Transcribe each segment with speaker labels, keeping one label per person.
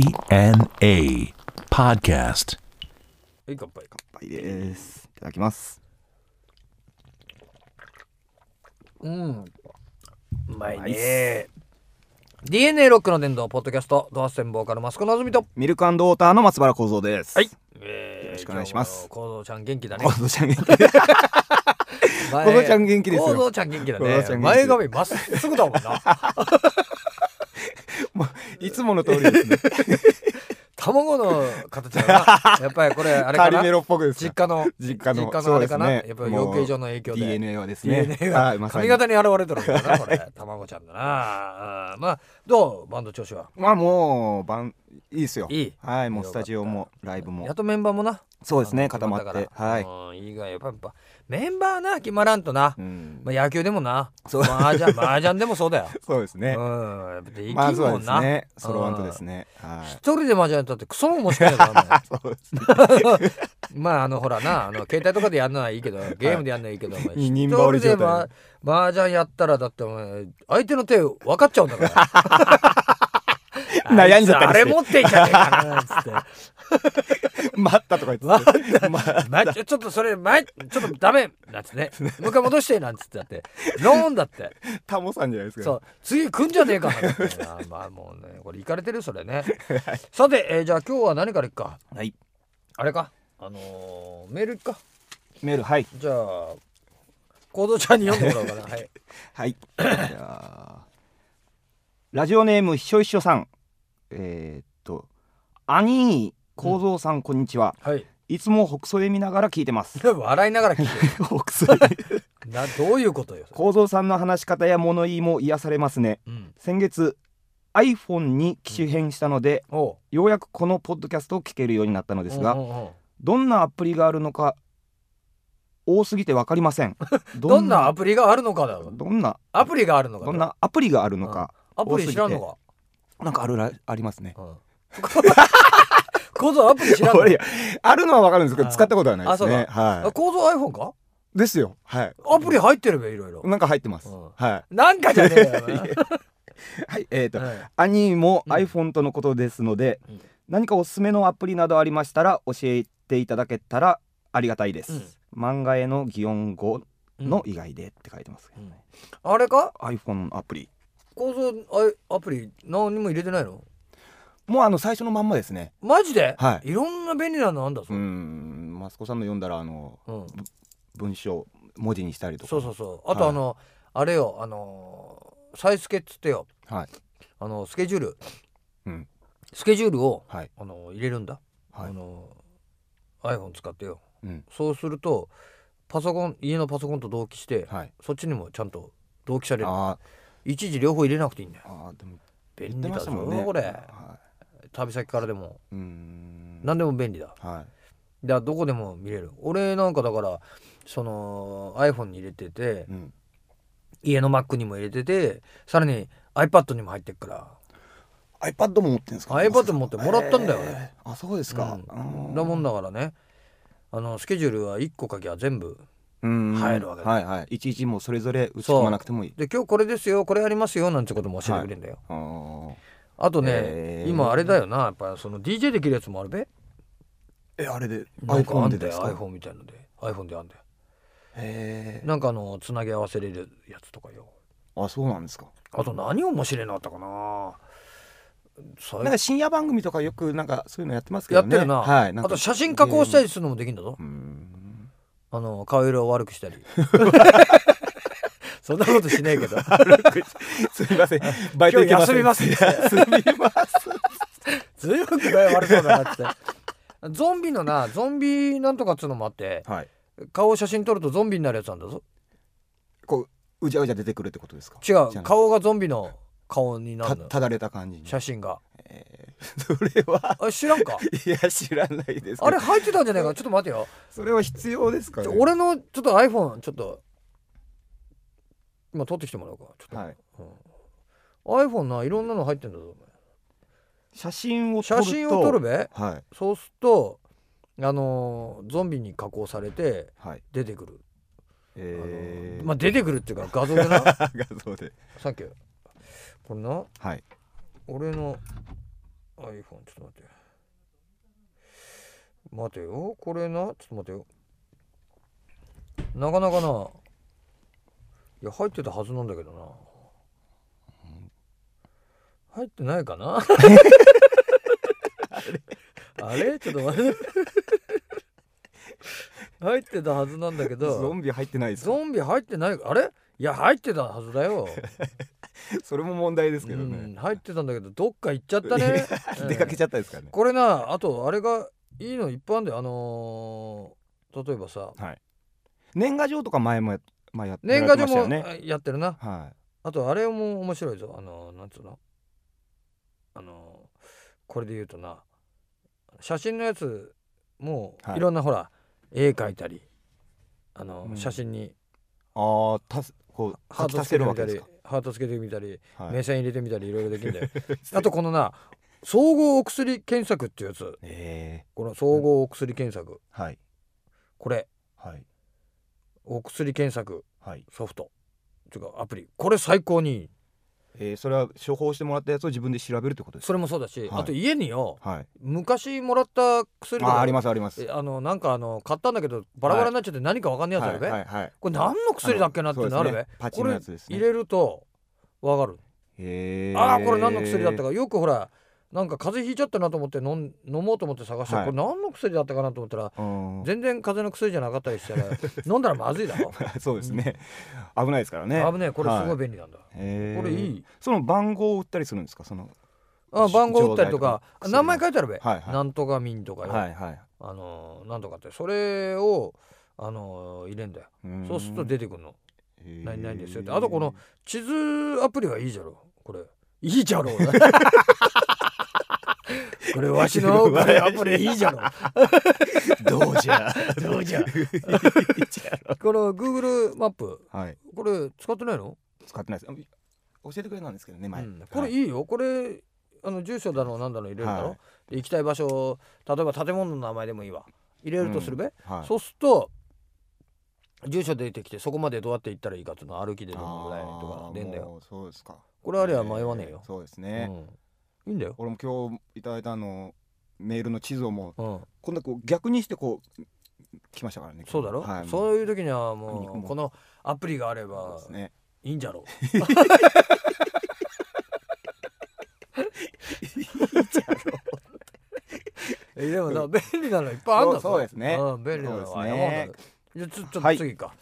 Speaker 1: DNA Podcast.
Speaker 2: はい、乾杯。
Speaker 3: はいです。いただきます。
Speaker 2: うん。うま
Speaker 3: ナ
Speaker 2: い
Speaker 3: イ
Speaker 2: ね
Speaker 3: ス。
Speaker 2: DNA ロックの伝道ポッドキャスト、ドアステンボーカルマスコのぞみと。
Speaker 3: ミルクウォーターの松原幸三です。
Speaker 2: はい。。
Speaker 3: よろしくお願いします
Speaker 2: コードちゃん元気だね。
Speaker 3: コウゾちゃん元気です。
Speaker 2: 前
Speaker 3: コウゾちゃん元気ですよ
Speaker 2: コウゾちゃん元気だ
Speaker 3: コウゾちゃ
Speaker 2: ね。
Speaker 3: ん元気
Speaker 2: 前髪まっすぐだもんな。
Speaker 3: いつもの通りですね。
Speaker 2: 卵の形だ な。やっぱりこれ あれか
Speaker 3: カリメ
Speaker 2: な。
Speaker 3: ロっぽくです
Speaker 2: 実家
Speaker 3: ね。
Speaker 2: の
Speaker 3: 実家の
Speaker 2: あれかな。
Speaker 3: そう
Speaker 2: や
Speaker 3: ですね
Speaker 2: っぱり養鶏場の影響で。
Speaker 3: DNA はですね。
Speaker 2: DNA
Speaker 3: はい
Speaker 2: が
Speaker 3: まさ
Speaker 2: 髪
Speaker 3: に
Speaker 2: 型に現れてるんだなこれ。卵ちゃんだな。うんまあどうバンド調子は。
Speaker 3: まあもう晩いいですよ。
Speaker 2: いい
Speaker 3: はい、もうスタジオもライ
Speaker 2: や
Speaker 3: ブも
Speaker 2: っ。とメンバーもな。
Speaker 3: そうです
Speaker 2: あ
Speaker 3: ね、
Speaker 2: の
Speaker 3: 固まっ
Speaker 2: 決
Speaker 3: て。
Speaker 2: たから
Speaker 3: はい。
Speaker 2: うんいいがやっぱやっぱメンバーな決まらんとな
Speaker 3: う。ん
Speaker 2: まあ野球でもな。
Speaker 3: そう
Speaker 2: 麻雀麻雀でもそうだよ。
Speaker 3: そうです
Speaker 2: うん。
Speaker 3: ね。
Speaker 2: やっぱできん
Speaker 3: まあそ
Speaker 2: も
Speaker 3: うで
Speaker 2: ん
Speaker 3: す
Speaker 2: な。
Speaker 3: ね。ソロワンとですね。は
Speaker 2: 一
Speaker 3: い。。
Speaker 2: 人で麻雀やったってクソも面白いからね
Speaker 3: そうです ね。
Speaker 2: まああのほらなあの携帯とかでやんのはいいけ どゲームでやんのはいいけど、お前
Speaker 3: 二人羽織
Speaker 2: 一人で
Speaker 3: 状態
Speaker 2: ま麻雀やったらだってお前相手の手分かっちゃうんだから
Speaker 3: 悩んじゃ
Speaker 2: あい
Speaker 3: ったりして
Speaker 2: つあれ持ってんじゃねえかなっつって。
Speaker 3: 待ったとか言ってて。 まあ
Speaker 2: ま、ちょちょっとそれ前ちょっとダメなんつってねもう一回戻してなんつってだってローンだって
Speaker 3: タモさんじゃないですか。
Speaker 2: そう次来んじゃねえかなってあ ーまあもうねこれいかれてるそれねさて、えーじゃあ今日は何からいくか
Speaker 3: はい。
Speaker 2: あれかあのーメールいくか
Speaker 3: メールはい。
Speaker 2: じゃあ行動ちゃんに読んでもらおうかなはい
Speaker 3: はい。じゃあラジオネームひしょひしょさん。えーっと、兄構造さん、こんにちは。
Speaker 2: はい
Speaker 3: いつも北袖見ながら聞いてます。
Speaker 2: 笑いながら聞いて
Speaker 3: 北袖。
Speaker 2: るなどういうことよそれ
Speaker 3: 構造さんの話し方や物言いも癒されますね。
Speaker 2: うん
Speaker 3: 先月 iPhone に機種変したので、
Speaker 2: おう
Speaker 3: ようやくこのポッドキャストを聞けるようになったのです
Speaker 2: お
Speaker 3: が、
Speaker 2: うおうおう
Speaker 3: どんなアプリがあるのか多すぎてわかりません。
Speaker 2: どんなアプリがあるのかだろう
Speaker 3: どんな
Speaker 2: アプリがあるのかだろ
Speaker 3: ど
Speaker 2: うん
Speaker 3: なアプリがあるのか、
Speaker 2: アプリ知らんのか
Speaker 3: なんかあるらありますね。
Speaker 2: 構造アプリ知らん
Speaker 3: これい
Speaker 2: の
Speaker 3: やあるのはわかるんですけど
Speaker 2: あ
Speaker 3: 使ったことはないですね
Speaker 2: あ
Speaker 3: は
Speaker 2: 構造 iPhone か
Speaker 3: いですよはい
Speaker 2: アプリ入ってればいろいろ
Speaker 3: なんか入ってます
Speaker 2: うん
Speaker 3: は
Speaker 2: なんかじゃねえよ
Speaker 3: いはいえっと
Speaker 2: なうん
Speaker 3: 兄も
Speaker 2: うん
Speaker 3: iPhone とのことですので
Speaker 2: うん
Speaker 3: 何かおすすめのアプリなどありましたら教えていただけたらありがたいです漫画への擬音語の以外でって書いてますけどね
Speaker 2: あれか
Speaker 3: iPhone のアプリ
Speaker 2: 構造アイアプリ何にも入れてないの
Speaker 3: もうあの最初のまんまですね
Speaker 2: マジで
Speaker 3: はい
Speaker 2: ろんな便利なのあんだぞ
Speaker 3: うーんマスコさんの読んだらあの
Speaker 2: うん
Speaker 3: 文章文字にしたりとか
Speaker 2: そうそうそうあとあのあれよあのーサイスケっつってよ
Speaker 3: はい
Speaker 2: あのスケジュール
Speaker 3: うん
Speaker 2: スケジュールを
Speaker 3: はい
Speaker 2: あの入れるんだ
Speaker 3: は
Speaker 2: あ
Speaker 3: い
Speaker 2: の iPhone 使ってよ
Speaker 3: うん
Speaker 2: そうするとパソコン家のパソコンと同期して
Speaker 3: はい
Speaker 2: そっちにもちゃんと同期される
Speaker 3: あー
Speaker 2: 一時両方入れなくていいんだよ
Speaker 3: あーでも言
Speaker 2: 便
Speaker 3: って
Speaker 2: 利
Speaker 3: ま
Speaker 2: だ
Speaker 3: し
Speaker 2: ぞ
Speaker 3: たもんね
Speaker 2: これ
Speaker 3: はい
Speaker 2: 旅先からでも
Speaker 3: うーん
Speaker 2: 何でも便利だだか
Speaker 3: は
Speaker 2: らどこでも見れる俺なんかだからその iPhone に入れてて
Speaker 3: い、うん、
Speaker 2: 家の Mac にも入れててさらに iPad にも入ってっから
Speaker 3: iPad も持ってんですか
Speaker 2: iPad 持ってもらったんだよ俺
Speaker 3: えーあそうですか、
Speaker 2: うん
Speaker 3: あー
Speaker 2: だもんだからねあのスケジュールは1個書きゃ全部
Speaker 3: うん
Speaker 2: 入るわけだ
Speaker 3: はいはいいちいちもうそれぞれ打ち込まなくてもいい
Speaker 2: で今日これですよこれやりますよなんてことも教えてくれるんだよ、
Speaker 3: あー
Speaker 2: あとね、
Speaker 3: へー
Speaker 2: 今あれだよなやっぱその DJ できるやつもあるべ
Speaker 3: えあれで
Speaker 2: なんかあ
Speaker 3: iPhone
Speaker 2: ん
Speaker 3: で
Speaker 2: だ
Speaker 3: で
Speaker 2: よ
Speaker 3: すか
Speaker 2: iPhone みたいので iPhone であんだよ
Speaker 3: へえ
Speaker 2: なんかあのつなぎ合わせれるやつとかよ
Speaker 3: あそうなんですか
Speaker 2: あと何面白いのあったかなさ
Speaker 3: なんか深夜番組とかよくなんかそういうのやってますけ
Speaker 2: や
Speaker 3: ど
Speaker 2: っ
Speaker 3: ね
Speaker 2: てるな,、
Speaker 3: はいなん
Speaker 2: あ
Speaker 3: か
Speaker 2: と写真加工したりするのもできるんだぞ
Speaker 3: うーん
Speaker 2: あの顔色を悪くしたりそんなことしないけど
Speaker 3: すみませんバイト行けませ
Speaker 2: 今日休
Speaker 3: ん
Speaker 2: みます
Speaker 3: みます
Speaker 2: 強く具合悪そうだなってゾンビのなゾンビなんとかっつうのもあって
Speaker 3: はい
Speaker 2: 顔を写真撮るとゾンビになるやつなんだぞ
Speaker 3: こううじゃうじゃ出てくるってことですか
Speaker 2: 違
Speaker 3: じゃ
Speaker 2: う
Speaker 3: あ
Speaker 2: 顔がゾンビの顔にな
Speaker 3: た
Speaker 2: るのよ
Speaker 3: ただれた感じに
Speaker 2: 写真が
Speaker 3: えー それは
Speaker 2: あ知らんか
Speaker 3: いや知らないですけど
Speaker 2: あれ入ってたんじゃないかちょっと待てよ
Speaker 3: それは必要ですか
Speaker 2: ち
Speaker 3: ね
Speaker 2: ょ俺のちょっと iPhone ちょっと今撮ってきてもらおうかちょっと、
Speaker 3: はい、
Speaker 2: うん、iPhone ないろんなの入ってんだぞお前
Speaker 3: 写真を撮
Speaker 2: 写
Speaker 3: ると
Speaker 2: 真を撮るべ
Speaker 3: はい
Speaker 2: そうするとあのーゾンビに加工されて
Speaker 3: はい
Speaker 2: 出てくる、あの
Speaker 3: え ー
Speaker 2: まあ出てくるっていう か画像でな
Speaker 3: 画像で
Speaker 2: さっきこれな
Speaker 3: はい
Speaker 2: 俺の iPhone ちょっと待って待てよこれなちょっと待てよなかなかないや入ってたはずなんだけどな入ってないかなあれあれちょっと待って入ってたはずなんだけど
Speaker 3: ゾンビ入ってないですか
Speaker 2: ゾンビ入ってないあれいや入ってたはずだよ、
Speaker 3: それも問題です
Speaker 2: う
Speaker 3: けど
Speaker 2: ん、
Speaker 3: ね、
Speaker 2: 入ってたんだけどどっか行っちゃったね
Speaker 3: 出かけちゃったですからね、
Speaker 2: これなあとあれがいいのいっぱいあんだよあのー例えばさ
Speaker 3: はい年賀状とか前もや,、まあ、やって
Speaker 2: 年
Speaker 3: ま
Speaker 2: 賀状
Speaker 3: したよ
Speaker 2: も
Speaker 3: ね
Speaker 2: あやってるな
Speaker 3: は
Speaker 2: あとあれも面白いぞあのーなんつうのあのーこれで言うとな写真のやつも
Speaker 3: はい
Speaker 2: いろんなほら絵描いたりあのー
Speaker 3: うん
Speaker 2: 写真に
Speaker 3: いああたすこう
Speaker 2: ハ
Speaker 3: 書
Speaker 2: ー
Speaker 3: き
Speaker 2: ト
Speaker 3: 足
Speaker 2: つ
Speaker 3: せ
Speaker 2: けて
Speaker 3: るわ
Speaker 2: みた
Speaker 3: けです
Speaker 2: り
Speaker 3: か、
Speaker 2: ハートつけてみたり
Speaker 3: はい
Speaker 2: 目線入れてみたりいろいろできるん だよあとこのな総合お薬検索っていうやつ
Speaker 3: え
Speaker 2: この総合お薬検索、
Speaker 3: ー、はい
Speaker 2: これ
Speaker 3: はい
Speaker 2: お薬検索
Speaker 3: はい、
Speaker 2: ソフトっていうかアプリこれ最高にいい
Speaker 3: えー、それは処方してもらったやつを自分で調べるってことです
Speaker 2: それもそうだし、
Speaker 3: はい
Speaker 2: あと家によ
Speaker 3: かはい
Speaker 2: 昔もらった薬
Speaker 3: あ
Speaker 2: とか
Speaker 3: ーありますあります
Speaker 2: えあのなんかあの買ったんだけどバラバラになっちゃって何かわかんねえやつあるべ、
Speaker 3: はいはいはい
Speaker 2: これ何の薬だっけなってなるべ、
Speaker 3: あのそうですねパチ
Speaker 2: こ
Speaker 3: ンの
Speaker 2: れ
Speaker 3: やつですね
Speaker 2: 入れるとわかる、
Speaker 3: へ
Speaker 2: ああこれ何の薬だった
Speaker 3: か
Speaker 2: かよくほらなんか風邪ひいちゃったなと思って飲ん飲もうと思って探して、
Speaker 3: はい
Speaker 2: これ何の薬だったかなと思ったら
Speaker 3: うん
Speaker 2: 全然風邪の薬じゃなかったりしたら飲んだらまずいだろ
Speaker 3: そうですね、危ないですからね
Speaker 2: 危ねえこれすごい便利なんだ、
Speaker 3: へー
Speaker 2: これいい
Speaker 3: その番号を打ったりするんですかその
Speaker 2: あ番号打ったりとか
Speaker 3: 錠剤とか薬
Speaker 2: 名前書いてあるべ、
Speaker 3: はいはい
Speaker 2: なんとか民とかよ、
Speaker 3: はいはい
Speaker 2: あのーなんとかってそれをあのー入れんだよ
Speaker 3: ーん
Speaker 2: そうすると出てくるの
Speaker 3: へー
Speaker 2: 何々ですよってあとこの地図アプリはいいじゃろこれいいじゃ ろこれわし のこれアプリいいじゃろ
Speaker 3: どうじゃ
Speaker 2: どうじゃこの Google マップ
Speaker 3: はい
Speaker 2: これ使ってないの、
Speaker 3: 使ってないですあ教えてくれなんですけどね前、
Speaker 2: うんこれ
Speaker 3: い
Speaker 2: いいよこれあの住所だろうなんだろう入れるだろ、
Speaker 3: はい
Speaker 2: で行きたい場所を例えば建物の名前でもいいわ入れるとするべ、
Speaker 3: はい
Speaker 2: そうすると住所出てきてそこまでどうやって行ったらいいかっていうのを歩きでどのぐらいとか
Speaker 3: あー
Speaker 2: 出んだよ
Speaker 3: もうそうですか
Speaker 2: これありゃ迷わねえよ
Speaker 3: ー、そうですね、
Speaker 2: うん、いいんだよ、
Speaker 3: 俺も今日いただいたあのメールの地図をもう
Speaker 2: うん、
Speaker 3: 今度こう逆にしてこう来ましたからね
Speaker 2: そうだろ、
Speaker 3: はい、
Speaker 2: そう
Speaker 3: う
Speaker 2: いう時には
Speaker 3: 見
Speaker 2: も
Speaker 3: に行くも
Speaker 2: うんこのアプリがあれ
Speaker 3: そう
Speaker 2: ば
Speaker 3: ですね
Speaker 2: いいんじゃ ろういいじゃろうでもな便利なのいっぱいあるんだぞ
Speaker 3: そうそうですね
Speaker 2: うん、便利なの
Speaker 3: そ
Speaker 2: は
Speaker 3: う
Speaker 2: 山
Speaker 3: です
Speaker 2: ほどあ
Speaker 3: ね
Speaker 2: るじゃあちょちょっ
Speaker 3: は
Speaker 2: と
Speaker 3: い
Speaker 2: 次か、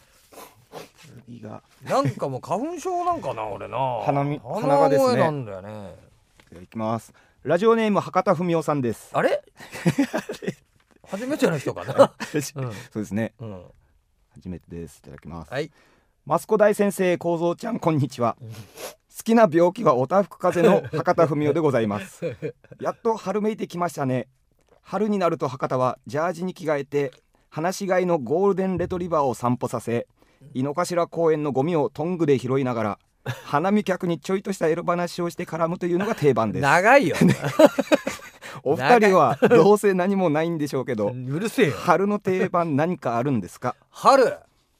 Speaker 3: 胃が
Speaker 2: なんかもう花粉症なんかな俺な
Speaker 3: 鼻み
Speaker 2: 鼻
Speaker 3: 鼻がですね
Speaker 2: 声なんだよね
Speaker 3: ではいきますラジオネーム博多文雄さんです
Speaker 2: あ れ初めての人かな
Speaker 3: そう
Speaker 2: うん
Speaker 3: ですね
Speaker 2: うん
Speaker 3: 初めてですいただきます
Speaker 2: はい
Speaker 3: マスコ大先生構造ちゃんこんにちは好きな病気はおたふく風邪の 博多文雄でございますやっと春めいてきましたね春になると博多はジャージに着替えて放し飼いのゴールデンレトリバーを散歩させ井の頭公園のゴミをトングで拾いながら花見客にちょいとしたエロ話をして絡むというのが定番です
Speaker 2: 長いよ
Speaker 3: お二人は どうせ何もないんでしょうけど
Speaker 2: うるせえよ
Speaker 3: 春の定番何かあるんですか
Speaker 2: 春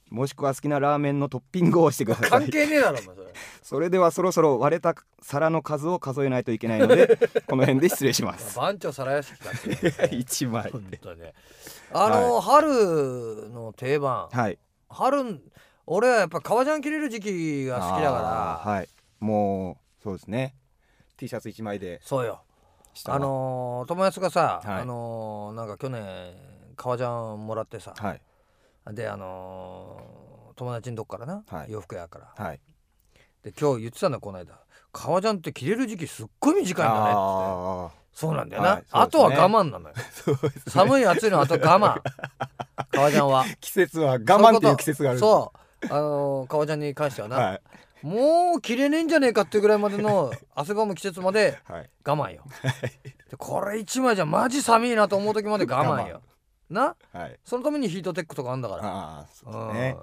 Speaker 3: もしくは好きなラーメンのトッピングをしてくださ
Speaker 2: 関
Speaker 3: い
Speaker 2: 係ねえだろお前それ
Speaker 3: それではそろそろ割れた皿の数を数えないといけないの でこの辺で失礼しま
Speaker 2: いや
Speaker 3: す
Speaker 2: 番長皿屋敷かっていう
Speaker 3: 一枚
Speaker 2: 本当にねあの、春の定番
Speaker 3: はい
Speaker 2: 春俺はやっぱ革ジャン着れる時期が好きだから
Speaker 3: あーはいもうそうですね T シャツ一枚で
Speaker 2: そうよ
Speaker 3: 下は
Speaker 2: あのー友達がさ、
Speaker 3: はい
Speaker 2: あのーなんか去年革ジャンもらってさ、
Speaker 3: はい
Speaker 2: であのー友達のどっからな、
Speaker 3: はい
Speaker 2: 洋服屋から
Speaker 3: はい
Speaker 2: で今日言ってたんだこの間革ジャンって着れる時期すっごい短いんだねって
Speaker 3: あ
Speaker 2: そうなんだよな、
Speaker 3: はいそうですね
Speaker 2: あとは我慢なのよ
Speaker 3: あ そうですね
Speaker 2: 寒い暑いのあと我 慢革ジャンは
Speaker 3: 季節は我慢っていう季節があるんです
Speaker 2: そうあのー革ジャンに関してはな、
Speaker 3: はい
Speaker 2: もう着れねえんじゃねえかっていうぐらいまでの 汗ばむ季節まで
Speaker 3: はい
Speaker 2: 我慢よでこれ一枚じゃマジ寒いなと思う時まで我慢 よな
Speaker 3: はい
Speaker 2: そのためにヒートテックとかあんだから
Speaker 3: ああそうですね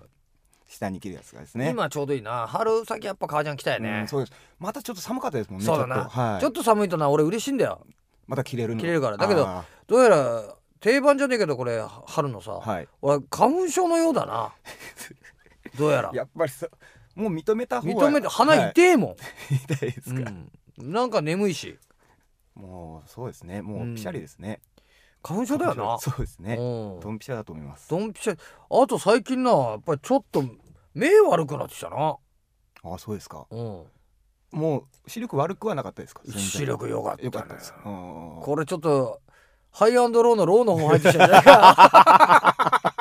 Speaker 3: 下に着るやつがですね
Speaker 2: 今ちょうどいいな春先やっぱ革ジャン着たいね、
Speaker 3: うんそうですまたちょっと寒かったですもんね
Speaker 2: そうだな
Speaker 3: ちょっと,、はい、
Speaker 2: ちょっと寒いとな俺嬉しいんだよ
Speaker 3: また着れるの
Speaker 2: 着れるからだけど
Speaker 3: あ
Speaker 2: どうやら定番じゃねえけどこれ春のさ、
Speaker 3: ーはい
Speaker 2: 俺花粉症のようだ などうやら
Speaker 3: やっぱりそうもう認めた方が
Speaker 2: 認めて鼻痛えもん、
Speaker 3: 痛いですか、
Speaker 2: うんなんか眠いし
Speaker 3: もうそうですねもうぴしゃりですね、
Speaker 2: 花粉症だよな
Speaker 3: そうですね
Speaker 2: うん
Speaker 3: ドンピシャだと思います
Speaker 2: ドンピシャあと最近なやっぱりちょっと目悪くなってきたな
Speaker 3: ああそうですか
Speaker 2: うん
Speaker 3: もう視力悪くはなかったですか全然
Speaker 2: 視力良かったね
Speaker 3: 良かったですうん
Speaker 2: これちょっとハイアンドローのローの方入ってきたんじゃないか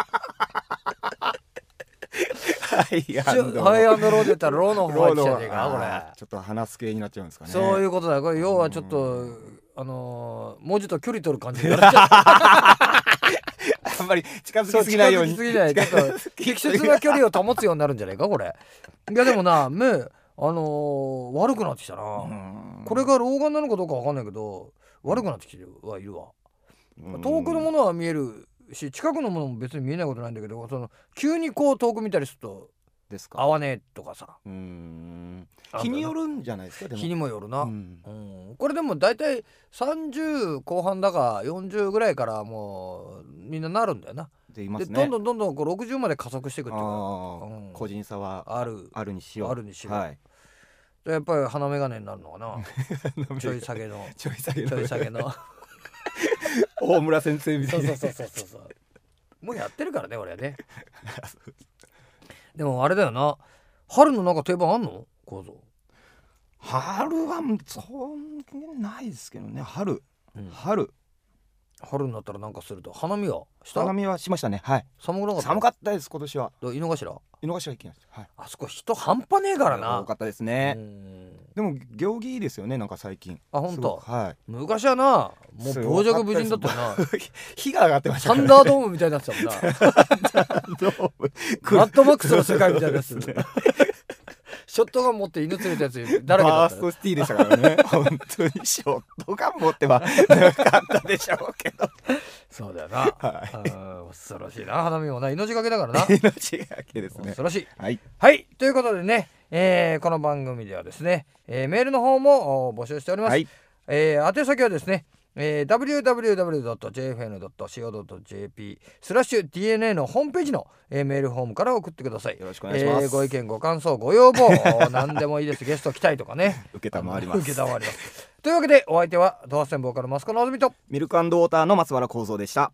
Speaker 3: はいや
Speaker 2: ちょハイアンドローで言ったらローの方入ってきたんじゃない
Speaker 3: ローのあ
Speaker 2: か
Speaker 3: ーちょっと鼻す系になっちゃうんですか
Speaker 2: こ
Speaker 3: ね
Speaker 2: れそういううことだこれ要はちょっと
Speaker 3: うん
Speaker 2: あのー文字と距離取る感じになっちゃ う
Speaker 3: あんまり近づ
Speaker 2: そう
Speaker 3: きすぎないように
Speaker 2: 近づきすぎないちょっと適切な距離を保つようになるんじゃないかこれいやでもな目あのー悪くなってきたな、これが老眼なのかどうかわかんないけど悪くなってきてはいるわ遠くのも
Speaker 3: の
Speaker 2: のは見えるし近くのものも別に見えないことないんだけどその急にこう遠く見たりすると
Speaker 3: ですか
Speaker 2: 合わねえとかさ
Speaker 3: うん日によるんじゃないですかでも
Speaker 2: 日にもよるな、う
Speaker 3: うんん
Speaker 2: これでも大体30後半だか40ぐらいからもうみんななるんだよな、
Speaker 3: でいま
Speaker 2: です
Speaker 3: ね
Speaker 2: どんどんどんどんこう60まで加速していくっていうか
Speaker 3: ああ
Speaker 2: うん
Speaker 3: 個人差は
Speaker 2: ある
Speaker 3: あるにしよう
Speaker 2: あるにしよう
Speaker 3: はい
Speaker 2: やっぱり鼻眼鏡になるのか な ちょい下げの
Speaker 3: ちょい下げ
Speaker 2: ちょい下げ
Speaker 3: の
Speaker 2: の
Speaker 3: 大村先生みた
Speaker 2: そ
Speaker 3: いうな
Speaker 2: そうそうそうそうそうもうやってるからね俺は ねでもあれだよな春のなんか定番あんの構造、
Speaker 3: 春はそんなにないですけどね春
Speaker 2: うん
Speaker 3: 春
Speaker 2: 春になったらなんかすると花見はした
Speaker 3: 相模はしましたねはい
Speaker 2: 寒くなかった
Speaker 3: 寒かったです今年は
Speaker 2: ど井の頭
Speaker 3: 井の頭行きましたはい
Speaker 2: あそこ人半端ねえからな
Speaker 3: 多かったですね
Speaker 2: うん
Speaker 3: でも行儀いいですよねなんか最近
Speaker 2: あ本
Speaker 3: す
Speaker 2: 当
Speaker 3: ごくはい
Speaker 2: 昔はなもう
Speaker 3: す
Speaker 2: 傍
Speaker 3: ごか
Speaker 2: 若
Speaker 3: った
Speaker 2: 無
Speaker 3: です
Speaker 2: 人だったよな
Speaker 3: 火が上がってました
Speaker 2: サ
Speaker 3: から
Speaker 2: ン
Speaker 3: ね
Speaker 2: ダードームみたいになってたもんなマッドマックスの世界みたいなやつ ショットガン持って犬連れたやつだらけだ
Speaker 3: バ
Speaker 2: った
Speaker 3: ース
Speaker 2: よ
Speaker 3: トシティでしたか らね本当にショットガン持ってはなかったでしょうけど
Speaker 2: そうだよな
Speaker 3: はい
Speaker 2: うん恐ろしいな花見もな命がけだからな
Speaker 3: 命がけですね
Speaker 2: 恐ろしい
Speaker 3: はい
Speaker 2: はいということでね、えーこの番組ではですね、えーメールの方もお募集しております、
Speaker 3: はい
Speaker 2: えー宛先はですね、えー www.jfn.co.jp スラッシュ DNA のホームページの、えーメールフォームから送ってください
Speaker 3: よろしくお願いします
Speaker 2: ご意見ご感想ご要望 何でもいいですゲスト来たいとか ね
Speaker 3: 受けたまわります
Speaker 2: 受けたまわりますというわけでお相手はドアセンボーカルマスコのぞみと
Speaker 3: ミルクウォーターの松原幸三でした